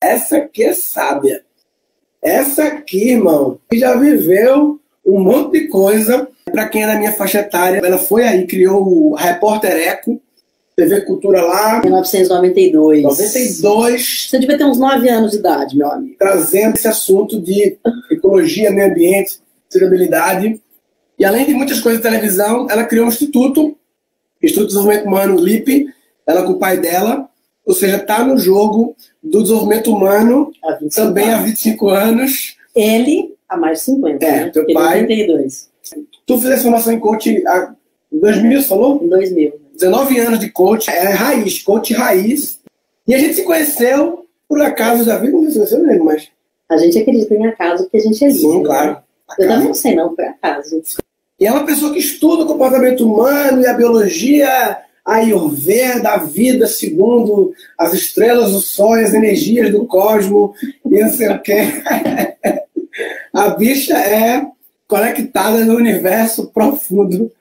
essa aqui é sábia. Essa aqui, irmão, que já viveu um monte de coisa. Para quem é da minha faixa etária, ela foi aí, criou o Repórter Eco, TV Cultura lá, 1992. 92, Você devia ter uns 9 anos de idade, meu amigo. trazendo esse assunto de ecologia, meio ambiente, sustentabilidade. E além de muitas coisas de televisão, ela criou um instituto, Instituto de Desenvolvimento Humano, LIP, ela com o pai dela, ou seja, está no jogo do desenvolvimento humano Há 25 também há anos. 25 anos. Ele, há mais de 50, É, né? teu Porque ele pai- é 82, Tu fizesse formação em coach há- em 2000, você falou? em né? 2000. 19 anos de coach, é raiz, coach raiz. E a gente se conheceu, por acaso, já vi como se conheceu, não lembro, mas. A gente acredita em acaso porque a gente existe. Sim, né? claro. Eu também não sei, não, por acaso. E é uma pessoa que estuda o comportamento humano e a biologia, a Ayurveda, a vida segundo as estrelas, o sol e as energias do cosmo, e não sei o quê. A bicha é conectada no universo profundo